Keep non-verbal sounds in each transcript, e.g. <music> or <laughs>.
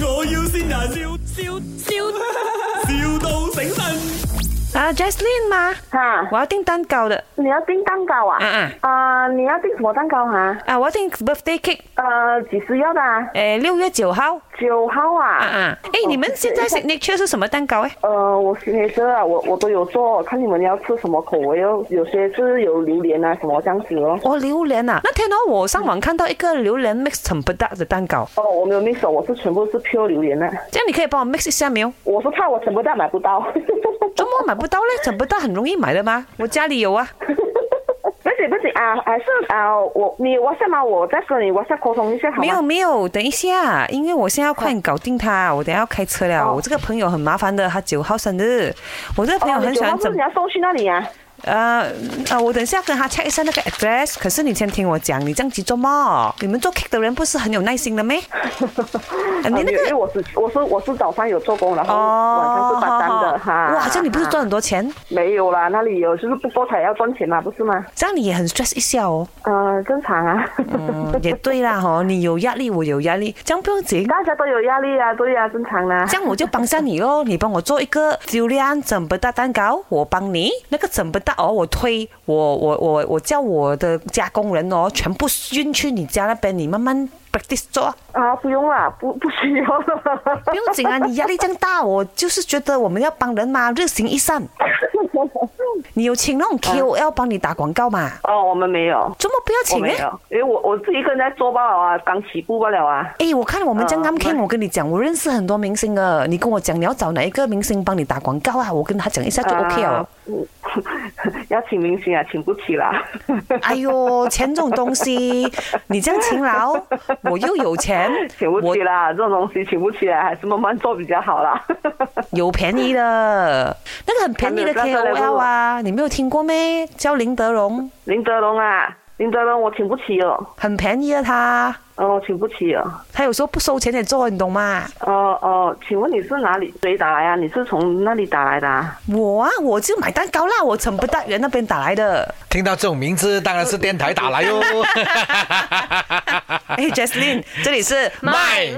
要先人，笑笑笑，,笑到醒神。啊，Jasmine 吗？哈，我要订蛋糕的，啊你要订蛋糕啊？嗯啊、你要订什么蛋糕啊？啊，我要订 birthday cake，呃，几时要的啊？诶，六月九号，九号啊啊？啊，诶，你们现在 signature 是什么蛋糕诶？呃，我新黑色啊，我我都有做，看你们要吃什么口味哦。有些是有榴莲啊，什么这样子哦。哦，榴莲啊，那天哦，我上网看到一个榴莲 mix 很不搭的蛋糕，哦，我没有 mix，哦我是全部是 pure 榴莲的、啊这样你可以帮我 mix 一下没有？我是怕我全部蛋买不到，嗯周末买不到嘞，整不到很容易买的吗？我家里有啊。 <laughs> 不行不行啊，还是啊，我你 WhatsApp 吗？我再跟你 WhatsApp 沟通一下好吗？哦没有没有，等一下，啊因为我现在要快点搞定他，我等一下要开车了。哦我这个朋友很麻烦的，他九号生日，我这个朋友哦，很你九喜欢号是整你要送去那里啊？呃呃，我等一下跟他 check 一下那个 address。可是你先听我讲，你这样急做么？你们做 cake 的人不是很有耐心的 <laughs> 咩？啊啊你那因为因为个我是我是我是早上有做工，然后晚上哦是，打单的哈。哇，这样你不是哈赚很多钱？没有啦，那里有就是不够才要赚钱嘛，不是吗？这样你也很 stress 一下哦。呃，正常啊，嗯，也对啦哈，你有压力，我有压力，这样不用紧。 <laughs> 大家都有压力啊，对呀、啊，正常啦、这样我就帮上你咯，你帮我做一个 durian 整不大蛋糕，我帮你那个整不大哦，我推我我我我叫我的加工人哦，全部运去你家那边，你慢慢 practice 做，啊，不用啦，不 <laughs> 不需要了。不用紧啊，你压力这样大，我就是觉得我们要帮人嘛，日行一善。你有请那嗯种 KOL 帮你打广告嘛？哦，我们没有，怎么不要我请啊呢没？有，因为我我自己一个人在做罢了啊，刚起步罢了啊。诶，我看我们江刚嗯 King，我跟你讲，我认识很多明星的。你跟我讲你要找哪一个明星帮你打广告啊？我跟他讲一下就 OK 了。啊 <laughs> 嗯要请明星啊，请不 <laughs> 起啦。哎呦，钱这种东西，你这样勤劳，我又有 <laughs> 钱，请不我起啦，这种东西请不起来，还是慢慢做比较好啦。 <laughs> 有便宜的，那个很便宜 <laughs> 的还没有赚到 KOL 啊，你没有听过咩？叫林德荣，林德龙啊，林德龙，我请不起哦，很便宜的他，嗯，我请不起哦。他有时候不收钱也做，你懂吗？哦哦，请问你是哪里谁打来啊？你是从那里打来的、啊？我啊，我就买蛋糕啦，我从不大园那边打来的。听到这种名字，当然是电台打来哟。哎 j a s l i n 这里是哎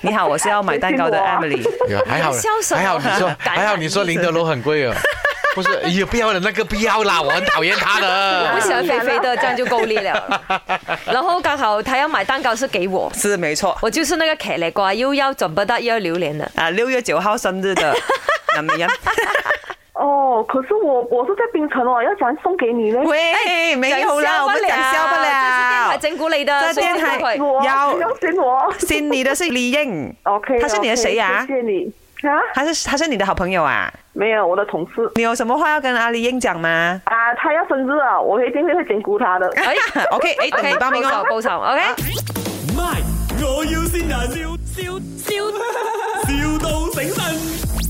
你好，我是要买蛋糕的 Emily。哎呀还好笑什么还好你说，感染还好你说力林德罗很贵哦。不是，也不要了，那个不要啦，我很讨厌他我 <laughs> 的。喜欢肥肥的，这样就够力了。然后刚好他要买蛋糕是给我，是没错我就是那个凯雷瓜，又要准备到又要榴莲了。啊，六月九号生日的男人。哦，可是我我是在槟城哦，要想送给你嘞。喂，哎没有啦，我们讲笑不了。这是电台整蛊你的，这电台所以不可以我要不要选我。信你的是李英， OK，他是你的谁呀 OK，谢谢你啊，他是他是你的好朋友啊？没有我的同事你有什么话要跟阿李英讲吗啊，他要生日啊，我一定会会整蛊他的。 <laughs> 哎？OK，哎，等你帮报明仇哦。报仇，OK。 My，我要先人，笑笑笑，,笑到醒神。